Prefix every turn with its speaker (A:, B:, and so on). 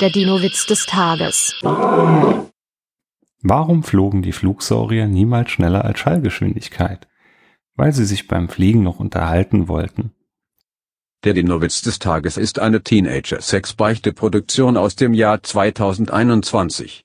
A: Der Dino-Witz des Tages.
B: Warum flogen die Flugsaurier niemals schneller als Schallgeschwindigkeit? Weil sie sich beim Fliegen noch unterhalten wollten.
C: Der Dinowitz des Tages ist eine Teenager-Sex-Beichte-Produktion aus dem Jahr 2021.